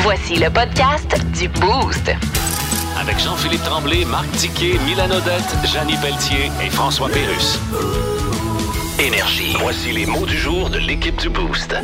Voici le podcast du Boost. Avec Jean-Philippe Tremblay, Marc Tiquet, Milan Odette, Janine Pelletier et François Pérus. Énergie. Voici les mots du jour de l'équipe du Boost.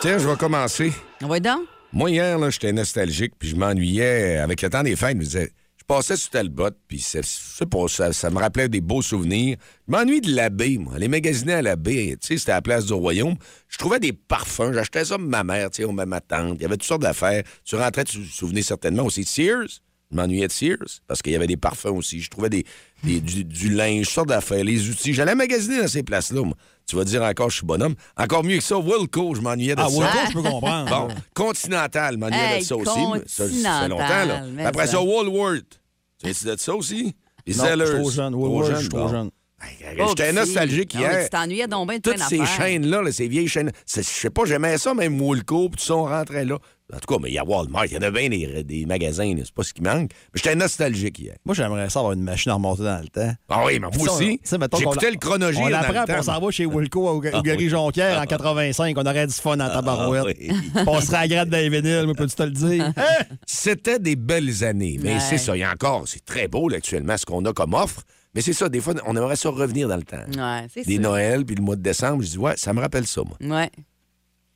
Tiens, je vais commencer. Ouais, donc. Moi, hier, là, j'étais nostalgique, puis je m'ennuyais. Avec le temps des fêtes, je me disais, je passais sur Talbot, puis c'est- je sais pas, ça, ça me rappelait des beaux souvenirs. Je m'ennuie de la baie, moi. Les magasiner à la baie, tu sais, c'était à la place du Royaume. Je trouvais des parfums. J'achetais ça pour ma mère, tu sais, ou même ma tante. Il y avait toutes sortes d'affaires. Tu rentrais, tu te souvenais certainement aussi de Sears. Je m'ennuyais de Sears, parce qu'il y avait des parfums aussi. Je trouvais des, des- du, du linge, toutes sortes d'affaires, les outils. J'allais magasiner dans ces places-là, moi. Tu vas dire encore, je suis bonhomme. Encore mieux que ça, Wilco, je m'ennuyais de Ah, ça. Wilco, je peux comprendre. Bon, Continental, Manuel Ah. Hey, de ça aussi. mais Ça, ça fait longtemps, là. Continental, mais Après ça. ça, Woolworth. Tu es de ça aussi? Les Non, Zellers. je suis trop jeune. Woolworth, je suis trop bon. jeune. Hey, J'étais Oh, nostalgique petit. Ah ouais, hier. Tu t'ennuyais donc bien de Toutes plein ces d'affaires. chaînes-là, là, ces vieilles chaînes, c'est- je sais pas, j'aimais ça, même Woolco, puis tout ça, on rentrait là. En tout cas, mais il y a Walmart, il y en a bien des, des magasins, là, c'est pas ce qui manque. Mais j'étais nostalgique hier. Moi, j'aimerais ça avoir une machine à remonter dans le temps. Ah oui, mais moi aussi, j'écoutais le chronologie. On là, dans l'apprend, le puis temps. on s'en va chez Wilco au Ah, oui. Ah, Jonquière en 85. On aurait du fun en tabarouette. oui. On serait à la gratte des vinyles, moi, peux-tu te le dire? Hein? C'était des belles années. Mais Ouais. c'est ça, il y a encore, c'est très beau là, actuellement ce qu'on a comme offre. Mais c'est ça, des fois, on aimerait ça revenir dans le temps. Ouais, c'est Des ça. Noëls, puis le mois de décembre, je dis, ouais, ça me rappelle ça, moi. Ouais.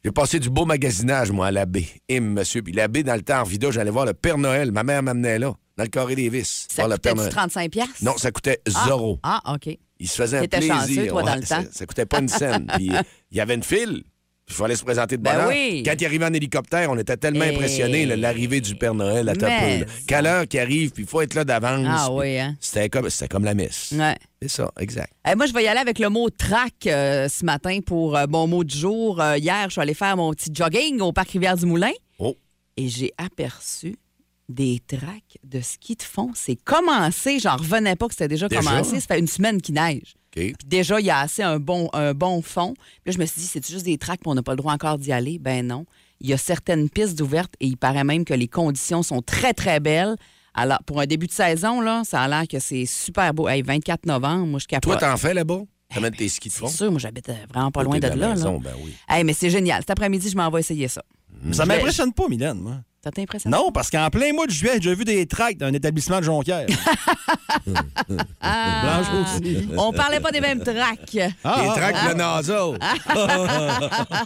J'ai passé du beau magasinage, moi, à la baie. Him, monsieur. Puis la baie, dans le temps, en vida, j'allais voir le Père Noël. Ma mère m'amenait là, dans le carré des vis. Ça voir le coûtait Père du Noël. 35 piastres? Non, ça coûtait Ah, zéro. Ah, OK. Il se faisait un T'étais plaisir. chanceux, toi, dans le ça, temps. ça coûtait pas une scène. Puis euh, il y avait une file. Il fallait se présenter de bonne Ben heure. oui. Quand il arrivait en hélicoptère, on était tellement Hey. impressionnés, là, de l'arrivée du Père Noël à ta Mais peau, là. ça. Qu'à l'heure qu'il arrive, puis il faut être là d'avance. Ah puis oui, hein. C'était comme, c'était comme la messe. Ouais. C'est ça, exact. Eh, moi, je vais y aller avec le mot track euh, ce matin pour euh, mon mot du jour. Euh, hier, je suis allée faire mon petit jogging au parc Rivière-du-Moulin Oh, et j'ai aperçu des tracks de ski de fond. C'est commencé. J'en revenais pas que c'était déjà, Déjà? commencé. Ça fait une semaine qu'il neige. OK. Puis déjà, il y a assez un bon, un bon fond. Puis là, je me suis dit, c'est juste des tracks, puis on n'a pas le droit encore d'y aller. Ben non. Il y a certaines pistes ouvertes et il paraît même que les conditions sont très, très belles. Alors, pour un début de saison, là, ça a l'air que c'est super beau. Hey, 24 novembre, moi, je Toi, capote. t'en fais là-bas? T'amènes tes skis de fond? Ben C'est sûr, moi, j'habite euh, vraiment pas Toi, loin t'es de de la là. là. maison, ben oui. Hey, mais c'est génial. Cet après-midi, je m'en vais essayer ça. Ça m'impressionne pas, Mylène, moi. Ça t'impressionne? Non, parce qu'en plein mois de juillet, j'ai déjà vu des tracts d'un établissement de Jonquière. Blanche aussi. Ah. On parlait pas des mêmes tracks. Les Ah, ah, tracts de nazo.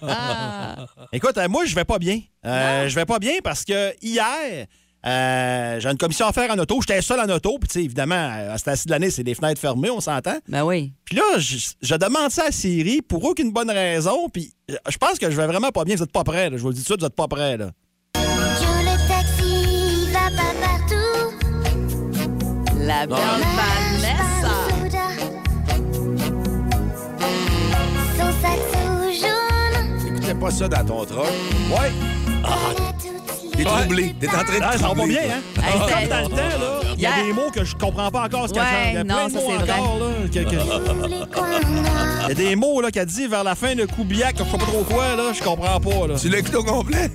Ah. Écoute, euh, moi, je vais pas bien. Euh, je vais pas bien parce que hier, euh, j'ai une commission à faire en auto. J'étais seul en auto. Puis, tu sais, évidemment, euh, à cette assis de l'année, c'est des fenêtres fermées, on s'entend. Ben oui. Puis là, je, je demande ça à Siri pour aucune bonne raison. Puis, je- je pense que je vais vraiment pas bien. Vous êtes pas prêts, là. Je vous le dis tout de suite, vous êtes pas prêts, là. Yo, le taxi va pas partout. La belle Vanessa. Soda. Son sac sous jaune. T'écoutais pas ça dans ton truck. Ouais. Elle a toutes T'es les Ah, troublé. T'es en train de Ah, ça va pas troubler, bien, toi. hein? Hey, Comme c'est- dans le temps, là, il y a Hier- des mots que je comprends pas encore ce qu'elle Ouais, chante. Il y a plein non, de ça, mots c'est vrai. encore, là, que- que- tous les coins noirs. Il y a des mots là, qu'elle dit vers la fin de Koubiak, je sais pas trop quoi, là, je comprends pas. Là. Tu l'as écouté au complet?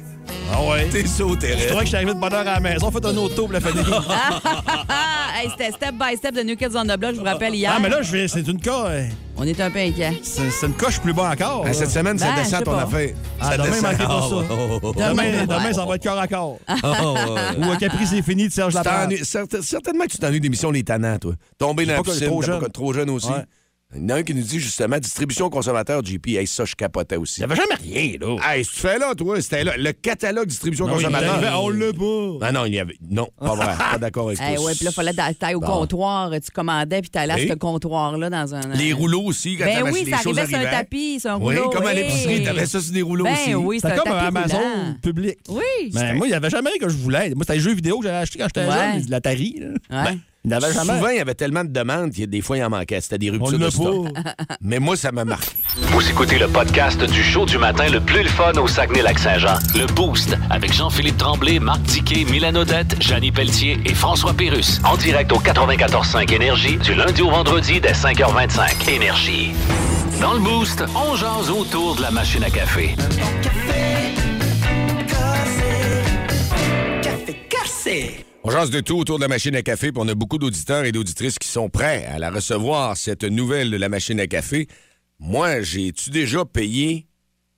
Ah ouais. T'es Je sauterelle. crois que je suis arrivé de bonne heure à la maison. Faites un autre tour pour la famille. Ah, hey, c'était step by step de New Kids on the Block, je vous rappelle hier. ah, mais là, je vais- c'est une coche. On est un peu inquiets. C'est, c'est une coche plus bas encore. Ben, là. cette semaine, ça Ben, je descend sais ton pas. affaire. Ah, ça demain, descend. manquez pas ça. Ah, oh, oh, oh. Demain, ouais. demain, ça va être corps à corps. Ah, Ou un caprice infini de Serge Ah Tu Laprade. t'ennuies- certain- Certainement que tu t'ennuies d'émissions Les Tannants, toi. Tombé dans J'ai la pas que- piscine, trop t'as pas jeune. que- trop jeune aussi. Ouais. Il y en a un qui nous dit justement distribution consommateur JP. Hey, ça, je capotais aussi. Il n'y avait jamais rien, là. Hey, ce que tu fais là, toi, c'était là. Le catalogue distribution Non, il consommateur. arrivait, on l'a pas. Ah non, il y avait. Non, pas vrai. pas d'accord avec Hey, toi. ouais, puis là, fallait que t'ailles au Bon. comptoir, tu commandais, puis t'allais Oui. à ce comptoir-là dans un. Les rouleaux aussi, quand Ben t'avais- oui, les ça choses arrivait sur un arrivaient. tapis, sur un Oui, rouleau. comme à l'épicerie, Hey. t'avais ça sur des rouleaux ben aussi. oui, c'est C'était un comme tapis Amazon roulant. public. Oui. Ben. Mais moi, il n'y avait jamais rien que je voulais. Moi, c'était les jeux vidéo que j'avais acheté quand j'étais Ouais. jeune, de l'Atari. là. Ouais. Ben, il n'y en avait jamais. Souvent, il y avait tellement de demandes que des fois, il en manquait. C'était des on ruptures de l'a stock. pas. Mais moi, ça m'a marqué. Vous écoutez le podcast du show du matin le plus le fun au Saguenay-Lac-Saint-Jean. Le Boost avec Jean-Philippe Tremblay, Marc Tiquet, Milan Odette, Janine Pelletier et François Pérus. En direct au 94.5 Énergie du lundi au vendredi dès 5h25. Énergie. Dans le Boost, on jase autour de la machine à café. On jase de tout autour de la machine à café, puis on a beaucoup d'auditeurs et d'auditrices qui sont prêts à la recevoir, cette nouvelle de la machine à café. Moi, j'ai-tu déjà payé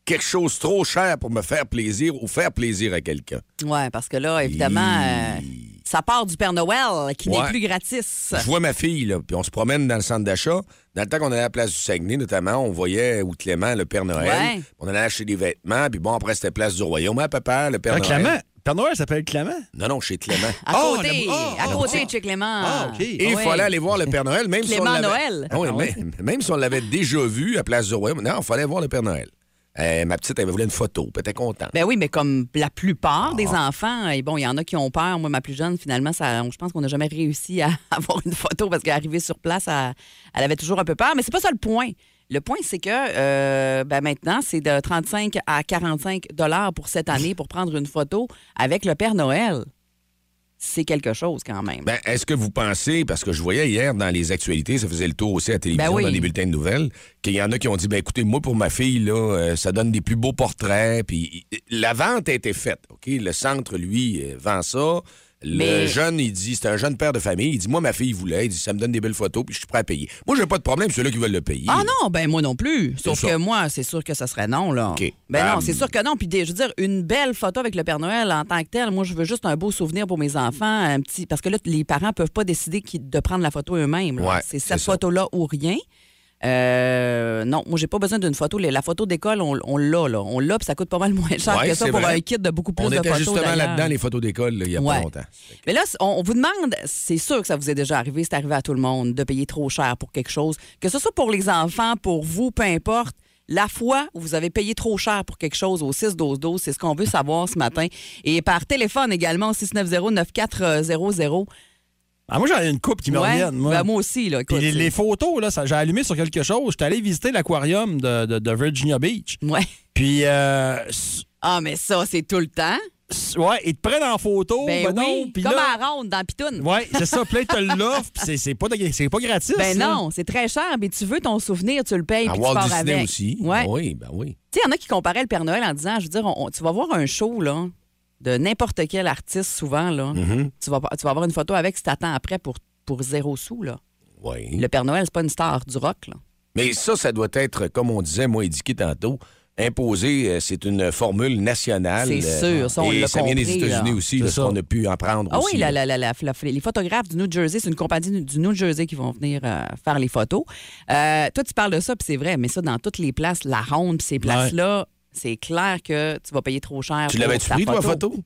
quelque chose trop cher pour me faire plaisir ou faire plaisir à quelqu'un. Ouais, parce que là, évidemment, euh, ça part du Père Noël qui Ouais. n'est plus gratis. Je vois ma fille, là, puis on se promène dans le centre d'achat. Dans le temps qu'on allait à la place du Saguenay, notamment, on voyait ou Clément, le Père Noël. Ouais. On allait acheter des vêtements, puis bon, après, c'était place du Royaume. Ah, papa, le Père Ah, Noël. Clément. Père Noël s'appelle Clément. Non, non, chez Clément. À Oh, côté, la- oh, à oh, côté oh. de chez Clément. Ah, OK. Et il Ouais. fallait aller voir le Père Noël, même si on Clément l'avait... Noël. Ah oui, Ah ouais. même, même si on l'avait déjà vu à Place du Royaume. Non, il fallait voir le Père Noël. Euh, ma petite, elle voulait une photo, puis elle était contente. Ben oui, mais comme la plupart des enfants, et bon, il y en a qui ont peur. Moi, ma plus jeune, finalement, ça, je pense qu'on n'a jamais réussi à avoir une photo parce qu'arrivée sur place, elle, elle avait toujours un peu peur. Mais c'est pas ça le point. Le point, c'est que euh, ben maintenant, c'est de 35 à 45 dollars pour cette année pour prendre une photo avec le Père Noël. C'est quelque chose quand même. Ben, est-ce que vous pensez, parce que je voyais hier dans les actualités, ça faisait le tour aussi à la télévision, Ben oui. dans les bulletins de nouvelles, qu'il y en a qui ont dit, ben écoutez, moi pour ma fille, là, euh, ça donne des plus beaux portraits. Puis il- la vente a été faite, OK? Le centre, lui, euh, vend ça. Le Mais- jeune, il dit, c'est un jeune père de famille, il dit, moi, ma fille voulait, il dit, ça me donne des belles photos, puis je suis prêt à payer. Moi, j'ai pas de problème, ceux-là qui veulent le payer. Ah non, ben moi non plus. Sauf ça. que moi, c'est sûr que ça serait non, là. OK. Ben Bam. non, c'est sûr que non. Puis, des- je veux dire, une belle photo avec le Père Noël en tant que tel, moi, je veux juste un beau souvenir pour mes enfants. Un petit... Parce que là, les parents peuvent pas décider qui- de prendre la photo eux-mêmes. là. Ouais, c'est c'est cette ça. photo-là ou rien. Euh, non, moi, j'ai pas besoin d'une photo. Les- La photo d'école, on, on l'a, là. On l'a, puis ça coûte pas mal moins cher Ouais, que ça c'est pour vrai. un kit de beaucoup plus On de était photos. justement d'ailleurs. là-dedans, les photos d'école, là, il y a pas Ouais. longtemps. Mais là, c- on on vous demande, c'est sûr que ça vous est déjà arrivé, c'est arrivé à tout le monde, de payer trop cher pour quelque chose, que ce soit pour les enfants, pour vous, peu importe. La fois où vous avez payé trop cher pour quelque chose au 6-12-12, c'est ce qu'on veut savoir ce matin. Et par téléphone également, au 690-9400. Ah, moi, j'en ai une coupe qui me Ouais, reviennent, moi. ben moi aussi, là. Puis écoute, les, les photos, là, ça- j'ai allumé sur quelque chose. J'étais allé visiter l'aquarium de, de- de Virginia Beach. c'est- Ouais. Puis, euh, s- Ah, mais ça, c'est tout le temps. s- ouais, ils te prennent en photo. Ben, ben non, oui, puis comme là- à Ronde, dans Pitoune. Ouais, c'est ça. Puis là, ils te l'offrent, puis c'est- c'est pas, de- c'est pas gratis. Ben là. non, c'est très cher, mais tu veux ton souvenir, tu le payes, À puis tu Walt pars Disney avec. aussi. Ouais. Oui, ben oui. Tu sais, il y en a qui comparaient le Père Noël en disant, je veux dire, on- on- tu vas voir un show, là, de n'importe quel artiste, souvent, là. Mm-hmm. tu, vas, pas- tu vas avoir une photo avec si t'attends après pour, pour zéro sou, là. Oui. Le Père Noël, c'est pas une star du rock, là. Mais ça, ça doit être, comme on disait, moi, édiqué tantôt, imposé, euh, c'est une formule nationale. C'est euh, sûr, ça, on et l'a ça vient des compris, là. États-Unis aussi, C'est parce ça. qu'on a pu en prendre Ah aussi. oui, la- là. la- la- la- la- les photographes du New Jersey, c'est une compagnie du New Jersey qui vont venir euh, faire les photos. Euh, toi, tu parles de ça, puis c'est vrai, mais ça, dans toutes les places, la ronde, puis ces places-là, c'est clair que tu vas payer trop cher. Tu pour l'avais-tu ta pris, toi, photo. photo?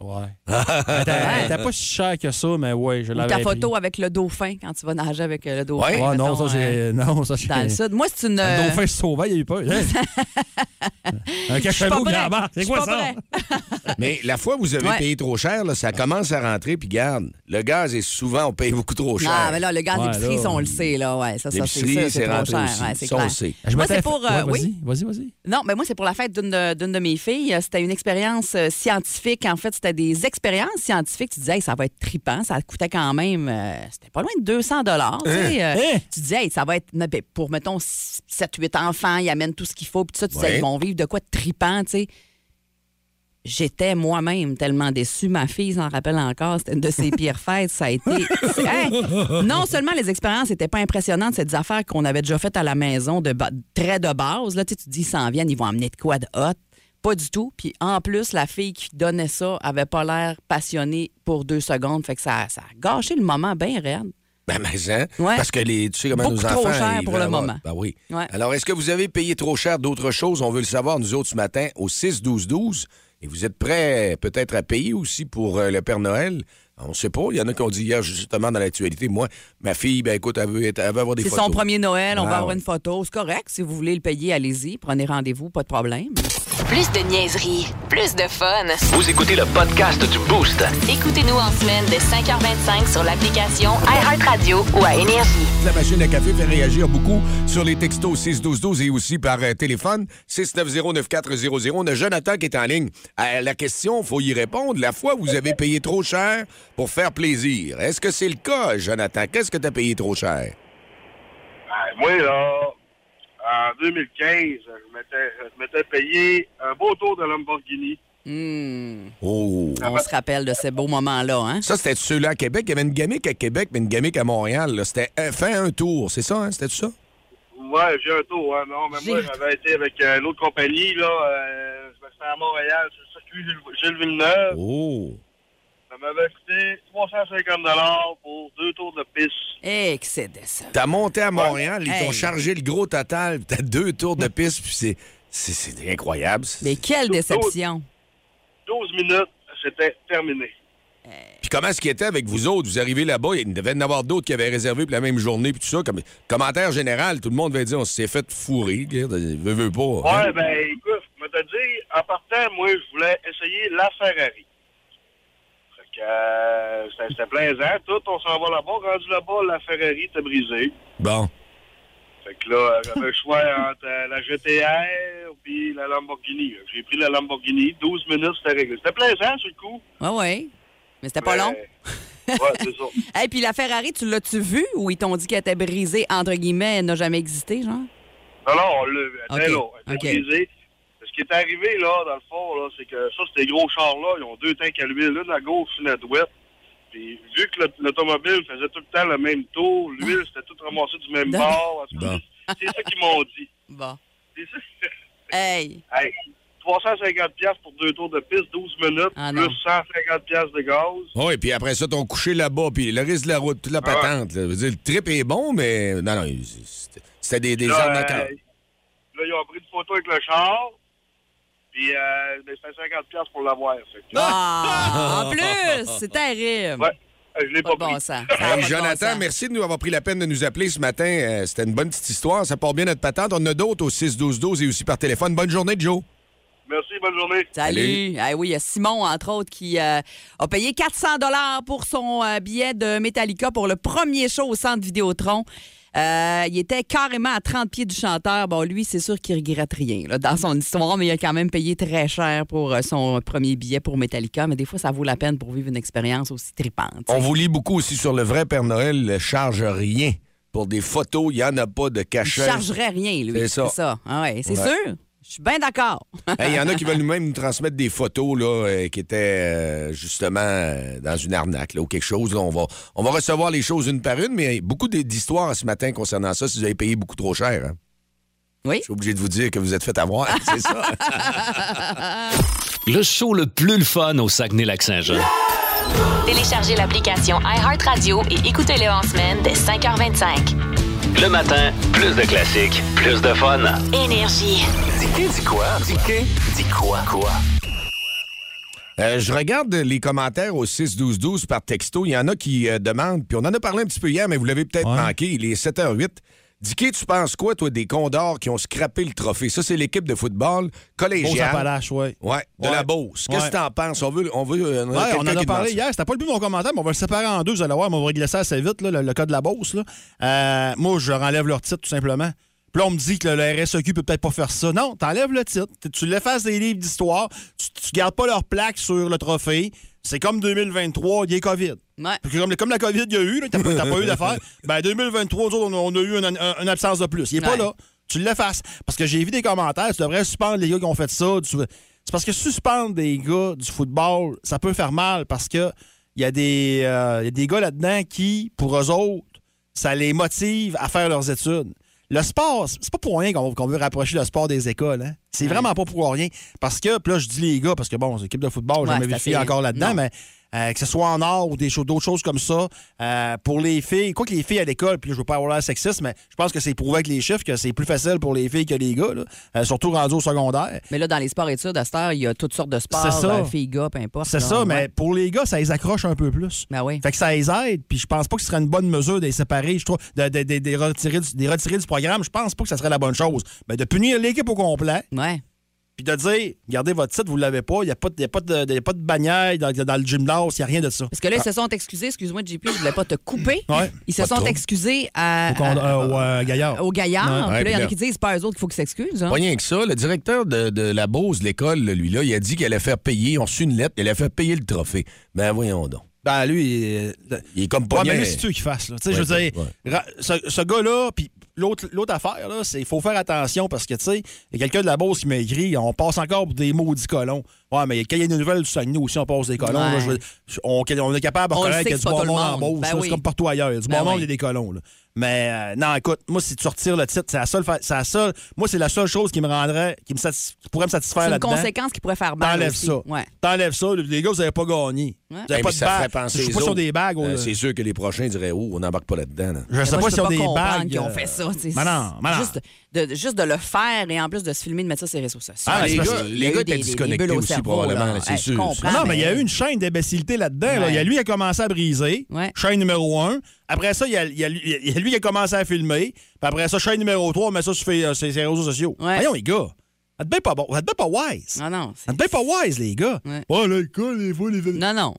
Ouais. Elle était- elle était pas si chère que ça, mais ouais, je Ou l'avais. ta pris. photo avec le dauphin quand tu vas nager avec euh, le dauphin. Ouais. Ouais, non, mettons, ça, euh, j'ai. Non, ça, j'ai. dans le sud. Moi, c'est une. Un euh, dauphin sauvé, il y a eu peur. Hey. Un cachalot prêt. grand-mère. Je C'est suis quoi pas ça? prêt. Mais la fois où vous avez Ouais. payé trop cher, là, ça commence à rentrer, puis garde, le gaz est souvent, on paye beaucoup trop cher. Ah, mais là, le gaz Ouais, d'épicerie, là, ça, on le sait, là. Ouais, ça, ça, c'est L'épicerie, sûr, c'est trop rentré cher. aussi. Ouais, c'est Ça, on clair. le sait. Je Moi, m'étais c'est fait- pour. euh, ouais, oui. Vas-y, vas-y, vas-y. Non, mais moi, c'est pour la fête d'une de, d'une de mes filles. Euh, C'était une expérience euh, scientifique. En fait, c'était des expériences scientifiques. Tu disais, Hey, ça va être tripant. Ça coûtait quand même. euh, c'était pas loin de 200 dollars. Tu sais, euh, Hein? tu disais, Hey, ça va être non, ben, pour, mettons, 7-8 enfants. Ils amènent tout ce qu'il faut. Puis tout ça, tu Ouais. disais, ils vont vivre de quoi de tripant, tu sais. J'étais moi-même tellement déçue. Ma fille s'en rappelle encore. C'était une de ses pires fêtes. Ça a été. Hey! Non seulement les expériences n'étaient pas impressionnantes, c'est des affaires qu'on avait déjà faites à la maison, de ba- très de base. Là, tu sais, tu te dis, ils s'en viennent, ils vont amener de quoi de hot. Pas du tout. Puis en plus, la fille qui donnait ça avait pas l'air passionnée pour deux secondes. Fait que ça, ça a gâché le moment bien raide. Ben, mais, hein, Ouais. Parce que les, tu sais comment Beaucoup nos enfants. trop cher ils pour veulent le avoir- moment. Ben oui. Ouais. Alors, est-ce que vous avez payé trop cher d'autres choses? On veut le savoir, nous autres, ce matin, au 6-12-12. Et vous êtes prêts, peut-être, à payer aussi pour euh, le Père Noël? On sait pas. Il y en a qui ont dit hier, justement, dans l'actualité, moi, ma fille, ben écoute, elle veut, être- elle veut avoir des C'est photos. son premier Noël, on Ah, va avoir ouais. une photo. C'est correct. Si vous voulez le payer, allez-y. Prenez rendez-vous, pas de problème. Plus de niaiserie, plus de fun. Vous écoutez le podcast du Boost. Écoutez-nous en semaine de 5h25 sur l'application iHeartRadio ou à Énergie. La machine à café fait réagir beaucoup sur les textos 6-12-12 et aussi par euh, téléphone 690-9400. On a Jonathan qui est en ligne. À la question, faut y répondre. La fois, vous avez payé trop cher pour faire plaisir. Est-ce que c'est le cas, Jonathan? Qu'est-ce que tu as payé trop cher? Ben, moi, là, en 2015, je m'étais, je m'étais payé un beau tour de Lamborghini. Hmm. Oh! On se rappelle de ces beaux moments-là, hein? Ça, c'était ceux-là à Québec. Il y avait une gamique à Québec, mais une gamique à Montréal. là. C'était euh, fin un tour, c'est ça? Hein? C'était ça? Ouais, j'ai un taux, hein. Non, mais moi, J'ai- j'avais été avec euh, une autre compagnie, là. euh, je me suis à Montréal, sur le circuit Jules- Jules Villeneuve. Oh! Ça m'avait coûté 350 pour deux tours de piste. Hey, que c'est décent. T'as monté à Montréal, ils t'ont Hey. chargé le gros total, puis t'as deux tours de piste, puis c'est- c'est c'est incroyable. C'est- Mais quelle Surtout- déception. 12 minutes, c'était terminé. Puis comment est-ce qu'il était avec vous autres? Vous arrivez là-bas, il devait y en avoir d'autres qui avaient réservé pour la même journée, puis tout ça. Comme, commentaire général, tout le monde va dire on s'est fait fourrer, regarde, veux, veux pas. hein? Ouais, ben, écoute, je me t'ai dit, en partant, moi, je voulais essayer la Ferrari. Fait que, euh, c'était- c'était plaisant, tout, on s'en va là-bas. Rendu là-bas, la Ferrari était brisée. Bon. Fait que là, j'avais le choix entre euh, la GTR puis la Lamborghini. J'ai pris la Lamborghini, 12 minutes, c'était réglé. C'était plaisant, sur le coup. Ouais, ouais. Mais c'était pas long. Mais- Ouais, c'est ça. Et puis la Ferrari, tu l'as-tu vue ou ils t'ont dit qu'elle était brisée, entre guillemets, elle n'a jamais existé, genre? Non, non, on l'a vu. Elle était Ok, là. Elle était ok. brisée. Ce qui est arrivé, là, dans le fond, là, c'est que ça, ces gros chars-là, ils ont deux tanks à l'huile, l'une à gauche, une à droite. Puis vu que l'aut- l'automobile faisait tout le temps le même tour, l'huile, c'était tout ramassé du même Non. bord. En tout cas, Bon. C'est ça qu'ils m'ont dit. Bon. C'est ça. Hey! Hey, 350 pièces pour deux tours de piste, 12 minutes, Ah, non. plus 150 pièces de gaz. Oui, puis après ça, t'ont couché là-bas, puis le risque de la route, toute la patente. là. Je veux dire, le trip est bon, mais non, non, c'était- c'était des, des Là, arnaqueurs. euh, là, ils ont pris une photo avec le char, puis euh, ben, c'était 50 pièces pour l'avoir. Fait que- Ah! En plus! C'est terrible! Ouais, euh, je l'ai Pas pas, de bon pris. sens. Ça a pas Hey, de bon Jonathan, sens. merci de nous avoir pris la peine de nous appeler ce matin. Euh, C'était une bonne petite histoire. Ça part bien notre patente. On en a d'autres au 6-12-12 et aussi par téléphone. Bonne journée, Joe. Merci, bonne journée. Salut. Ah oui, il y a Simon, entre autres, qui euh, a payé 400 dollars pour son euh, billet de Metallica pour le premier show au centre Vidéotron. Euh, il était carrément à 30 pieds du chanteur. Bon, lui, c'est sûr qu'il regrette rien là, dans son histoire, mais il a quand même payé très cher pour euh, son premier billet pour Metallica. Mais des fois, ça vaut la peine pour vivre une expérience aussi tripante. On vous lit beaucoup aussi sur le vrai Père Noël. Le charge rien. Pour des photos, il n'y en a pas de Il cachet. chargerait rien, lui. C'est ça. Ah ouais, c'est Ouais. sûr. Je suis bien d'accord. Hey, Il y en a qui veulent même nous transmettre des photos là, euh, qui étaient euh, justement euh, dans une arnaque là, ou quelque chose. là. on, va, on va recevoir les choses une par une, mais hey, beaucoup d- d'histoires ce matin concernant ça si vous avez payé beaucoup trop cher. hein. Oui. Je suis obligé de vous dire que vous êtes fait avoir, c'est ça? Le show le plus le fun au Saguenay-Lac-Saint-Jean. Téléchargez l'application iHeartRadio et écoutez-le en semaine dès 5h25. Le matin, plus de classiques, plus de fun. Énergie. Dis-qui, dis quoi? Dis-qui, dis quoi? Quoi? Euh, je regarde les commentaires au 6-12-12 par texto. Il y en a qui euh, demandent, puis on en a parlé un petit peu hier, mais vous l'avez peut-être manqué, il est 7h08. Dicky, tu penses quoi, toi, des Condors qui ont scrappé le trophée? Ça, c'est l'équipe de football collégiale. Beaux-Appalaches, ouais. Ouais, de Ouais. la Beauce. Qu'est-ce que Ouais. t'en penses? On veut. On, veut, euh, Ouais, on en quelqu'un a qui parlé demande ça. hier. C'était pas le but de mon commentaire, mais on va le séparer en deux. Vous allez voir, mais on va régler ça assez vite, là, le, le cas de la Beauce. là. Euh, moi, je renlève leur titre, tout simplement. Puis là, on me dit que le, le RSEQ peut peut-être pas faire ça. Non, t'enlèves le titre. Tu- Tu l'effaces des livres d'histoire. Tu, tu gardes pas leur plaque sur le trophée. C'est comme 2023, il y a COVID. Ouais. Puis Comme, comme la COVID, il y a eu, là, t'as pas, t'as pas eu d'affaires. Ben, 2023, nous autres, on, a- on a eu une, un- une absence de plus. Il est pas Ouais. là. Tu l'effaces. Parce que j'ai vu des commentaires, tu devrais suspendre les gars qui ont fait ça. Tu- C'est parce que suspendre des gars du football, ça peut faire mal parce que il y, a des, euh, il y a des gars là-dedans qui, pour eux autres, ça les motive à faire leurs études. Le sport, c'est pas pour rien qu'on qu'on veut rapprocher le sport des écoles. hein. C'est vraiment pas pour rien. Parce que, puis là, je dis les gars, parce que bon, c'est l'équipe de football, Oh, j'ai Ouais, jamais c'est vu de filles assez- encore là-dedans, non. mais euh, que ce soit en art ou des choses, d'autres choses comme ça, euh, pour les filles, quoi que les filles à l'école, puis là, je veux pas avoir l'air sexiste, mais je pense que c'est prouvé avec les chiffres que c'est plus facile pour les filles que les gars, là, euh, surtout rendus au secondaire. Mais là, dans les sports études, à cette heure, il y a toutes sortes de sports. C'est ça. euh, filles, gars, peu importe. C'est là, ça, ouais. mais pour les gars, ça les accroche un peu plus. Ben oui. Fait que ça les aide, puis je pense pas que ce serait une bonne mesure de les séparer, je trouve, de, de- de- de retirer, du, de les retirer du programme, je pense pas que ça serait la bonne chose. Mais de punir l'équipe au complet, Ouais. puis de dire, regardez votre titre, vous l'avez pas, il n'y a, pas de- y a, pas de- y a pas de bannière dans, dans le gymnase, il n'y a rien de ça. Parce que là, ils se sont excusés. Excuse-moi, JP, je voulais pas te couper. Ah. Ouais. Ils se Pas de sont trouble. excusés à, Au con- à- euh, au, euh, Gaillard. au gaillard. Ouais, Puis là, il puis y en a là- qui disent c'est pas eux autres qu'il faut qu'ils s'excusent. hein. Pas rien que ça. Le directeur de, de la Beauce, de l'école, là, lui-là, il a dit qu'il allait faire payer. On reçu une lettre, il allait faire payer le trophée. Ben voyons donc. Ben lui, euh, le- Il est comme Ouais, pas mais bien. lui, c'est eux qui fassent. là. Tu sais, je veux Ouais, dire, ra- ce, ce gars-là, puis l'autre l'autre affaire, là, c'est faut faire attention parce que, tu sais, il y a quelqu'un de la Beauce qui m'a écrit, on passe encore pour des maudits colons. Ouais, mais quand il y a des nouvelles du Saguenay aussi, on passe des colons. Ouais. là, je veux- je- on, on est capable de On le reconnaître qu'il sait y a que du c'est pas bon tout le monde en monde. Beauce. Ben là, oui. C'est comme partout ailleurs. Il y a du Ben bon monde, oui. il y a des colons. là. Mais euh, non, écoute, moi, si tu retires le titre, c'est la seule. fa- c'est la seule moi, c'est la seule chose qui me rendrait, qui, me satis- qui pourrait me satisfaire C'est une là-dedans. conséquence qui pourrait faire mal. T'enlèves aussi. ça. Ouais. T'enlèves ça. Les gars, vous n'avez pas gagné. Vous Ouais. n'avez Eh, pas mais de ça ferait bagues. penser Je sais les pas si on autres. des bagues. Euh, au- c'est sûr que les prochains diraient Oh, on n'embarque pas là-dedans. là. je sais Eh, Moi, pas je si peux on des comprendre bagues. qu'ils ont euh, fait ça. tu sais. Mais non, mais non. Juste, de, juste de le faire et en plus de se filmer, de mettre ça sur les réseaux sociaux. Ah, Il y les a eu gars- des- les il y a eu gars des- étaient des disconnectés bulles au aussi, cerveau, probablement, là. c'est Hey, sûr, je comprends, Ah, non, mais il y a eu une chaîne d'imbécilité là-dedans. là. Il y a Ouais. lui qui a commencé à briser. Ouais. Chaîne numéro 1. Après ça, il y, a, il y a lui il y a lui qui a commencé à filmer. Puis après ça, chaîne numéro 3, on met ça sur fait- euh, ses, ses réseaux sociaux. Ouais. Voyons, les gars. Ça te bien pas bon. Ça te bien pas wise. Ah, Non, non. c'est- Ça te bien pas wise, les gars. Ouais. Oh, l'alcool, les fois, les Non, non.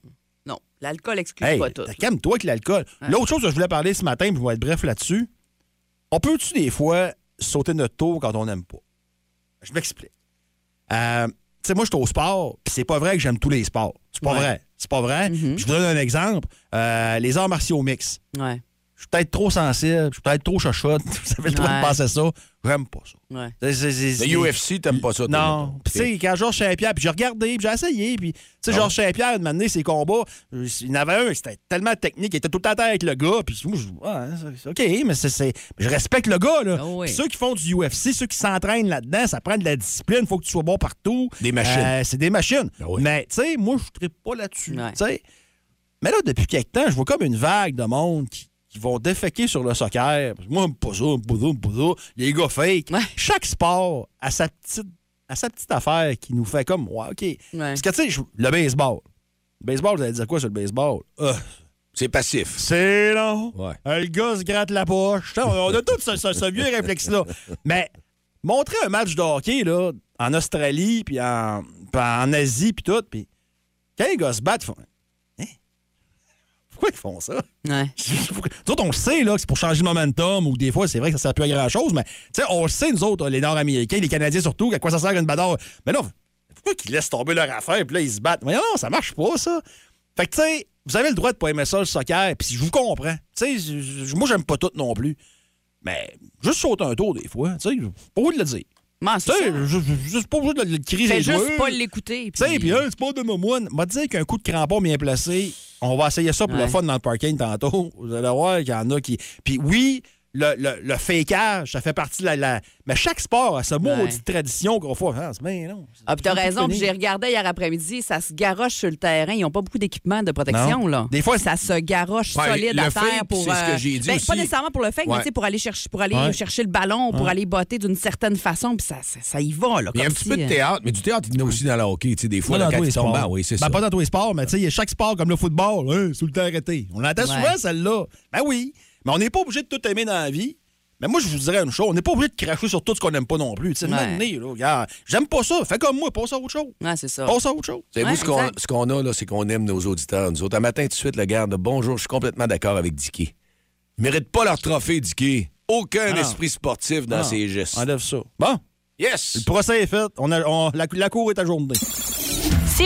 Non. L'alcool exclut Hey, pas tout. calme-toi avec l'alcool. L'autre chose que je voulais parler ce matin, puis je vais être bref là-dessus. On peut-tu des fois sauter notre tour quand on n'aime pas? Je m'explique. Euh, tu sais, moi, je suis au sport, puis c'est pas vrai que j'aime tous les sports. C'est pas Ouais. Mm-hmm. vrai. C'est pas vrai. Je vous donne un exemple. Euh, les arts martiaux mix. Ouais. Je suis peut-être trop sensible, je suis peut-être trop chochotte. Vous avez le droit Ouais. de penser ça. J'aime pas ça. Ouais. C'est- c'est- c'est- Le UFC, t'aimes pas ça, toi, non. mettons. Ah Puis, tu sais, quand Georges Saint-Pierre, puis j'ai regardé, puis j'ai essayé, puis, tu sais, Georges Saint-Pierre, de m'amener ses combats, euh, il y en avait un, c'était tellement technique, il était tout le temps à terre avec le gars, puis moi, je ouais, hein, c'est- OK, mais c'est- c'est- je respecte le gars, là. Ah oui. Puis Ceux qui font du UFC, ceux qui s'entraînent là-dedans, ça prend de la discipline, faut que tu sois bon partout. Des machines. Euh, c'est des machines. Ah oui. Mais, tu sais, moi, je ne pas là-dessus, Ouais. tu sais. Mais là, depuis quelque temps, je vois comme une vague de monde qui, qui vont déféquer sur le soccer. Moi, j'aime pas ça, j'aime pas ça, j'aime pas ça. Les gars fake. Ouais. Chaque sport a sa petite a sa petite affaire qui nous fait comme, ouais, OK. Parce que, tu sais, je- le baseball. Le baseball, vous allez dire quoi sur le baseball? Euh, C'est passif. c'est long. Ouais. Euh, Le gars se gratte la poche. Ça, On a tout ce, ce- ce vieux réflexe-là. Mais montrer un match de hockey là, en Australie, puis en, puis en Asie, puis tout, puis quand les gars se battent, ils font... Hein? Pourquoi ils font ça? Ouais. nous autres, on le sait là, que c'est pour changer le momentum, ou des fois, c'est vrai que ça sert plus à grand-chose, mais tu sais, on le sait, nous autres, les Nord-Américains, les Canadiens surtout, à quoi ça sert une badarre. Mais non, pourquoi qu'ils laissent tomber leur affaire, puis là, ils se battent? Mais non, ça marche pas, ça. Fait que, tu sais, vous avez le droit de pas aimer ça, le soccer, puis je vous comprends. Tu sais, je- je- moi, j'aime pas tout non plus. Mais juste sauter un tour, des fois, tu sais, pas obligé de le dire. Ouais, Tu c'est sais, ça. je- je- je suis pas obligé de le le crier. Fais ses juste joueurs. pas l'écouter. Tu sais, puis hein, c'est pas de mamoune. M'a dit qu'un coup de crampon bien placé, on va essayer ça pour le Ouais. fun dans le parking tantôt. Vous allez voir qu'il y en a qui. Puis oui, le, le, le fakeage, ça fait partie de la. la- Mais chaque sport a sa maudite tradition qu'on fait. Ah, c'est bien, non. Ah, puis t'as raison, puis j'ai regardé hier après-midi, ça se garoche sur le terrain. Ils n'ont pas beaucoup d'équipement de protection, Non. là. Des fois, ça se garoche Ouais, solide le à fake, terre pour. c'est ce que j'ai dit ben, Pas aussi. nécessairement pour le fake, mais Ouais. tu sais, pour aller chercher, pour aller Ouais. chercher le ballon, pour aller botter d'une certaine façon, puis ça, ça, ça y va, là. Il y a un comme petit si, peu de euh, théâtre, mais du théâtre, il y en a aussi dans le hockey, tu sais, des fois, Pas là, hein. dans quand tous les ils tombent, sports. ah oui, c'est Ben, ça. pas dans tous les sports, mais tu sais, il y a chaque sport, comme le football, hein, sous le temps arrêté. On l'entend souvent, Ouais. celle-là. Ben oui. Mais on n'est pas obligé de tout aimer dans la vie. Mais moi, je vous dirais une chose, on n'est pas obligé de cracher sur tout ce qu'on n'aime pas non plus. Tu sais, Ouais. un moment donné, là, regarde, j'aime pas ça, fais comme moi, passe à autre chose. euh, Ouais, c'est ça. Passe à autre chose. Savez-vous Ouais, ce qu'on- exact. ce qu'on a, là, c'est qu'on aime nos auditeurs. Nous autres, un matin, tout de suite, le garde, bonjour, je suis complètement d'accord avec Dicky. Ils méritent pas leur trophée, Dicky. Aucun Ah. esprit sportif dans Ah, ses gestes. Enlève ça. Bon, Yes! le procès est fait. On a, on- la, la cour est à journée. Si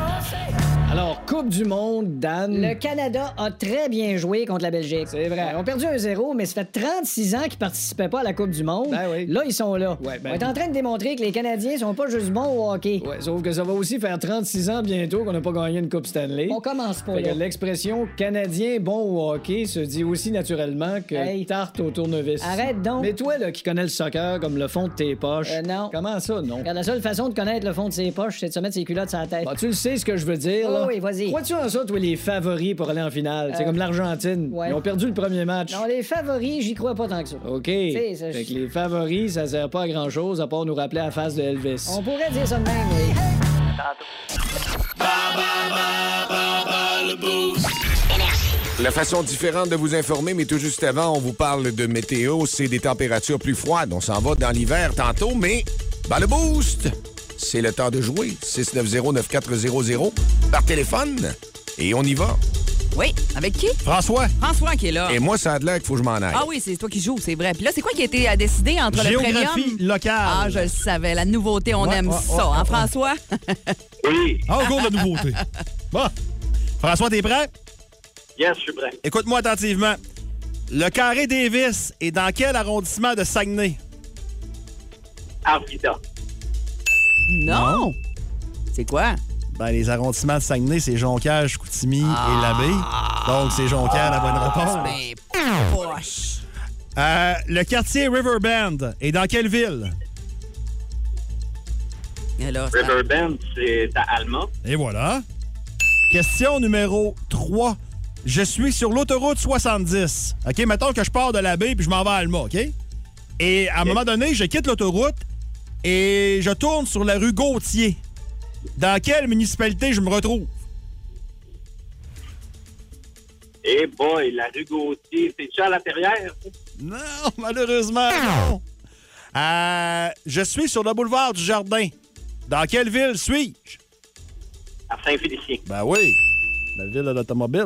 Alors, Coupe du Monde, Dan. Le Canada a très bien joué contre la Belgique. C'est vrai. Ils ont perdu 1-0, mais ça fait 36 ans qu'ils participaient pas à la Coupe du Monde. Ben oui. Là, ils sont là. Ouais, ben On est en train de démontrer que les Canadiens sont pas juste bons au hockey. Ouais, sauf que ça va aussi faire 36 ans bientôt qu'on n'a pas gagné une Coupe Stanley. On commence pas Fait là. que l'expression Canadien bon au hockey se dit aussi naturellement que Hey. tarte au tournevis. Arrête donc. Mais toi, là, qui connais le soccer comme le fond de tes poches. Euh, non. Comment ça, non? Regarde, la seule façon de connaître le fond de ses poches, c'est de se mettre ses culottes sur la tête. Bah, tu le sais ce que je veux dire, Oh là. oui, vas-y. Crois-tu en ça, toi, les favoris pour aller en finale? C'est Euh, comme l'Argentine. ouais. Ils ont perdu le premier match. Non, les favoris, j'y crois pas tant que ça. OK. sais, ça, Fait je- que les favoris, ça sert pas à grand-chose à part nous rappeler la face de Elvis. On pourrait dire ça de même, mais... La façon différente de vous informer, mais tout juste avant, on vous parle de météo, c'est des températures plus froides. On s'en va dans l'hiver tantôt, mais ben le boost, c'est le temps de jouer. 690-9400 par téléphone. Et on y va. Oui, avec qui? François, François qui est là. Et moi, ça a l'air qu'il faut que je m'en aille. Ah oui, c'est toi qui joues, c'est vrai. Puis là, c'est quoi qui a été euh, décidé entre le géographie premium? locale. Ah, je le savais, la nouveauté, on Ouais, aime ouais, ça, ouais, hein, ouais. François? Oui, Ah, au cours de nouveauté. Bon. François, t'es prêt? yes, je suis prêt. Écoute-moi attentivement. Le carré Davis est dans quel arrondissement de Saguenay? Arvida. non! C'est quoi? Ben, les arrondissements de Saguenay, c'est Jonquière, Chicoutimi Ah. et l'Abbé. Donc, c'est Jonquière, la bonne réponse. Ben, Ah. poche! Euh, le quartier Riverbend est dans quelle ville? Et là, ça- Riverbend, c'est à Alma. Et voilà. Question numéro 3. Je suis sur l'autoroute 70. OK, mettons que je pars de la baie puis je m'en vais à Alma, OK? Et à un moment donné, je quitte l'autoroute et je tourne sur la rue Gautier. Dans quelle municipalité je me retrouve? Eh boy, la rue Gauthier, c'est-tu à la terrière? Non, malheureusement, non. Euh, je suis sur le boulevard du Jardin. Dans quelle ville suis-je? À Saint-Félicien. Ben oui, la ville de l'automobile.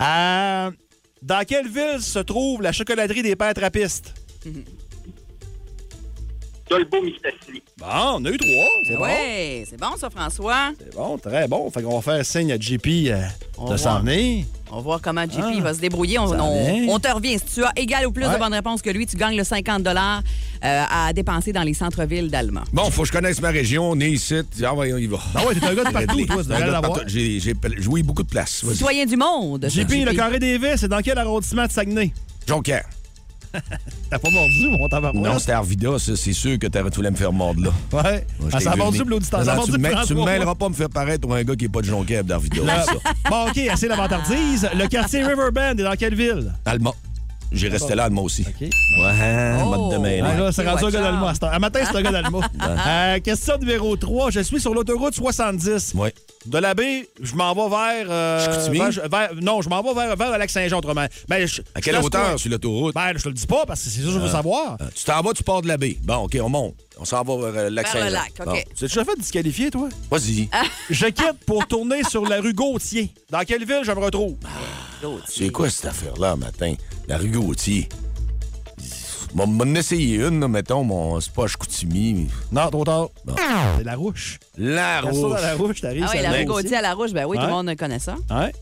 Euh, dans quelle ville se trouve la chocolaterie des Pères Trappistes? Dolbeau Mistassini. Bon, on a eu trois. C'est bon. Ouais, c'est bon ça, François. C'est bon, très bon. Fait qu'on va faire signe à JP euh, On de va. s'en venir. On va voir comment JP Ah, va se débrouiller. On, ça on- vient. on te revient. Si tu as égal ou plus Ouais. de bonnes réponses que lui, tu gagnes le 50 euh, à dépenser dans les centres-villes d'Allemand. Bon, faut que je connaisse ma région, on est ici. Ah ouais, on y va. Ah ouais, t'es un gars de partout, toi, tu devrais Un gars de l'avoir. partout. J'ai j'ai joué beaucoup de place. Vas-y. Citoyen du monde. ça, JP, le carré des Vets, c'est dans quel arrondissement de Saguenay? Jonquière. T'as pas mordu, mon tabarouette? Non, c'était Arvida, ça, c'est sûr que t'aurais tout voulu me faire mordre, là. Ouais. Moi, je Ah, t'ai ça a vu mordu venir. pour l'auditeur. Non, Ça a non, mordu Tu me pour mêles- tu me François. mêleras pas à me faire paraître pour un gars qui n'est pas de Jonquière pis d'Arvida. c'est ça. Bon, OK, assez l'avantardise. Le quartier Riverbend est dans quelle ville? Alma. J'ai resté là, Alma aussi. OK. Ouais, hein, Oh. mode de mêlée. Ah, là, c'est Ok, rendu un watch gars d'Alma. out. c'est un- À matin, c'est un gars d'Alma. Euh, question numéro 3. Je suis sur l'autoroute 70. Ouais. De la baie, je m'en vais vers. euh, Chicoutimi? vers- vers- non, je m'en vais vers, vers le lac Saint-Jean, autrement. Ben, je- À je quelle laisse hauteur quoi? sur l'autoroute? Ben, je te le dis pas parce que c'est ça que je veux savoir. Euh, Tu t'en vas, tu pars de la baie. Bon, OK, on monte. On s'en va vers euh, le lac Vers le Saint-Jean. lac, OK. Ah. Bon. Tu t'es déjà fait disqualifier, toi? Vas-y. Je quitte pour tourner sur la rue Gautier. Dans quelle ville je me retrouve? C'est quoi cette affaire-là, matin? La rue Gauthier. M'en m'en essayer une, là, mettons, mon c'est pas Chicoutimi. Non, trop tard. Ah. C'est la rouche. La Reste ça Ah. dans rouge. la rouche, t'arrives. Ah oui, c'est la la rue Gautier. Gauthier à la Rouge, ben oui, tout Ouais. le monde connaît ça. Ouais.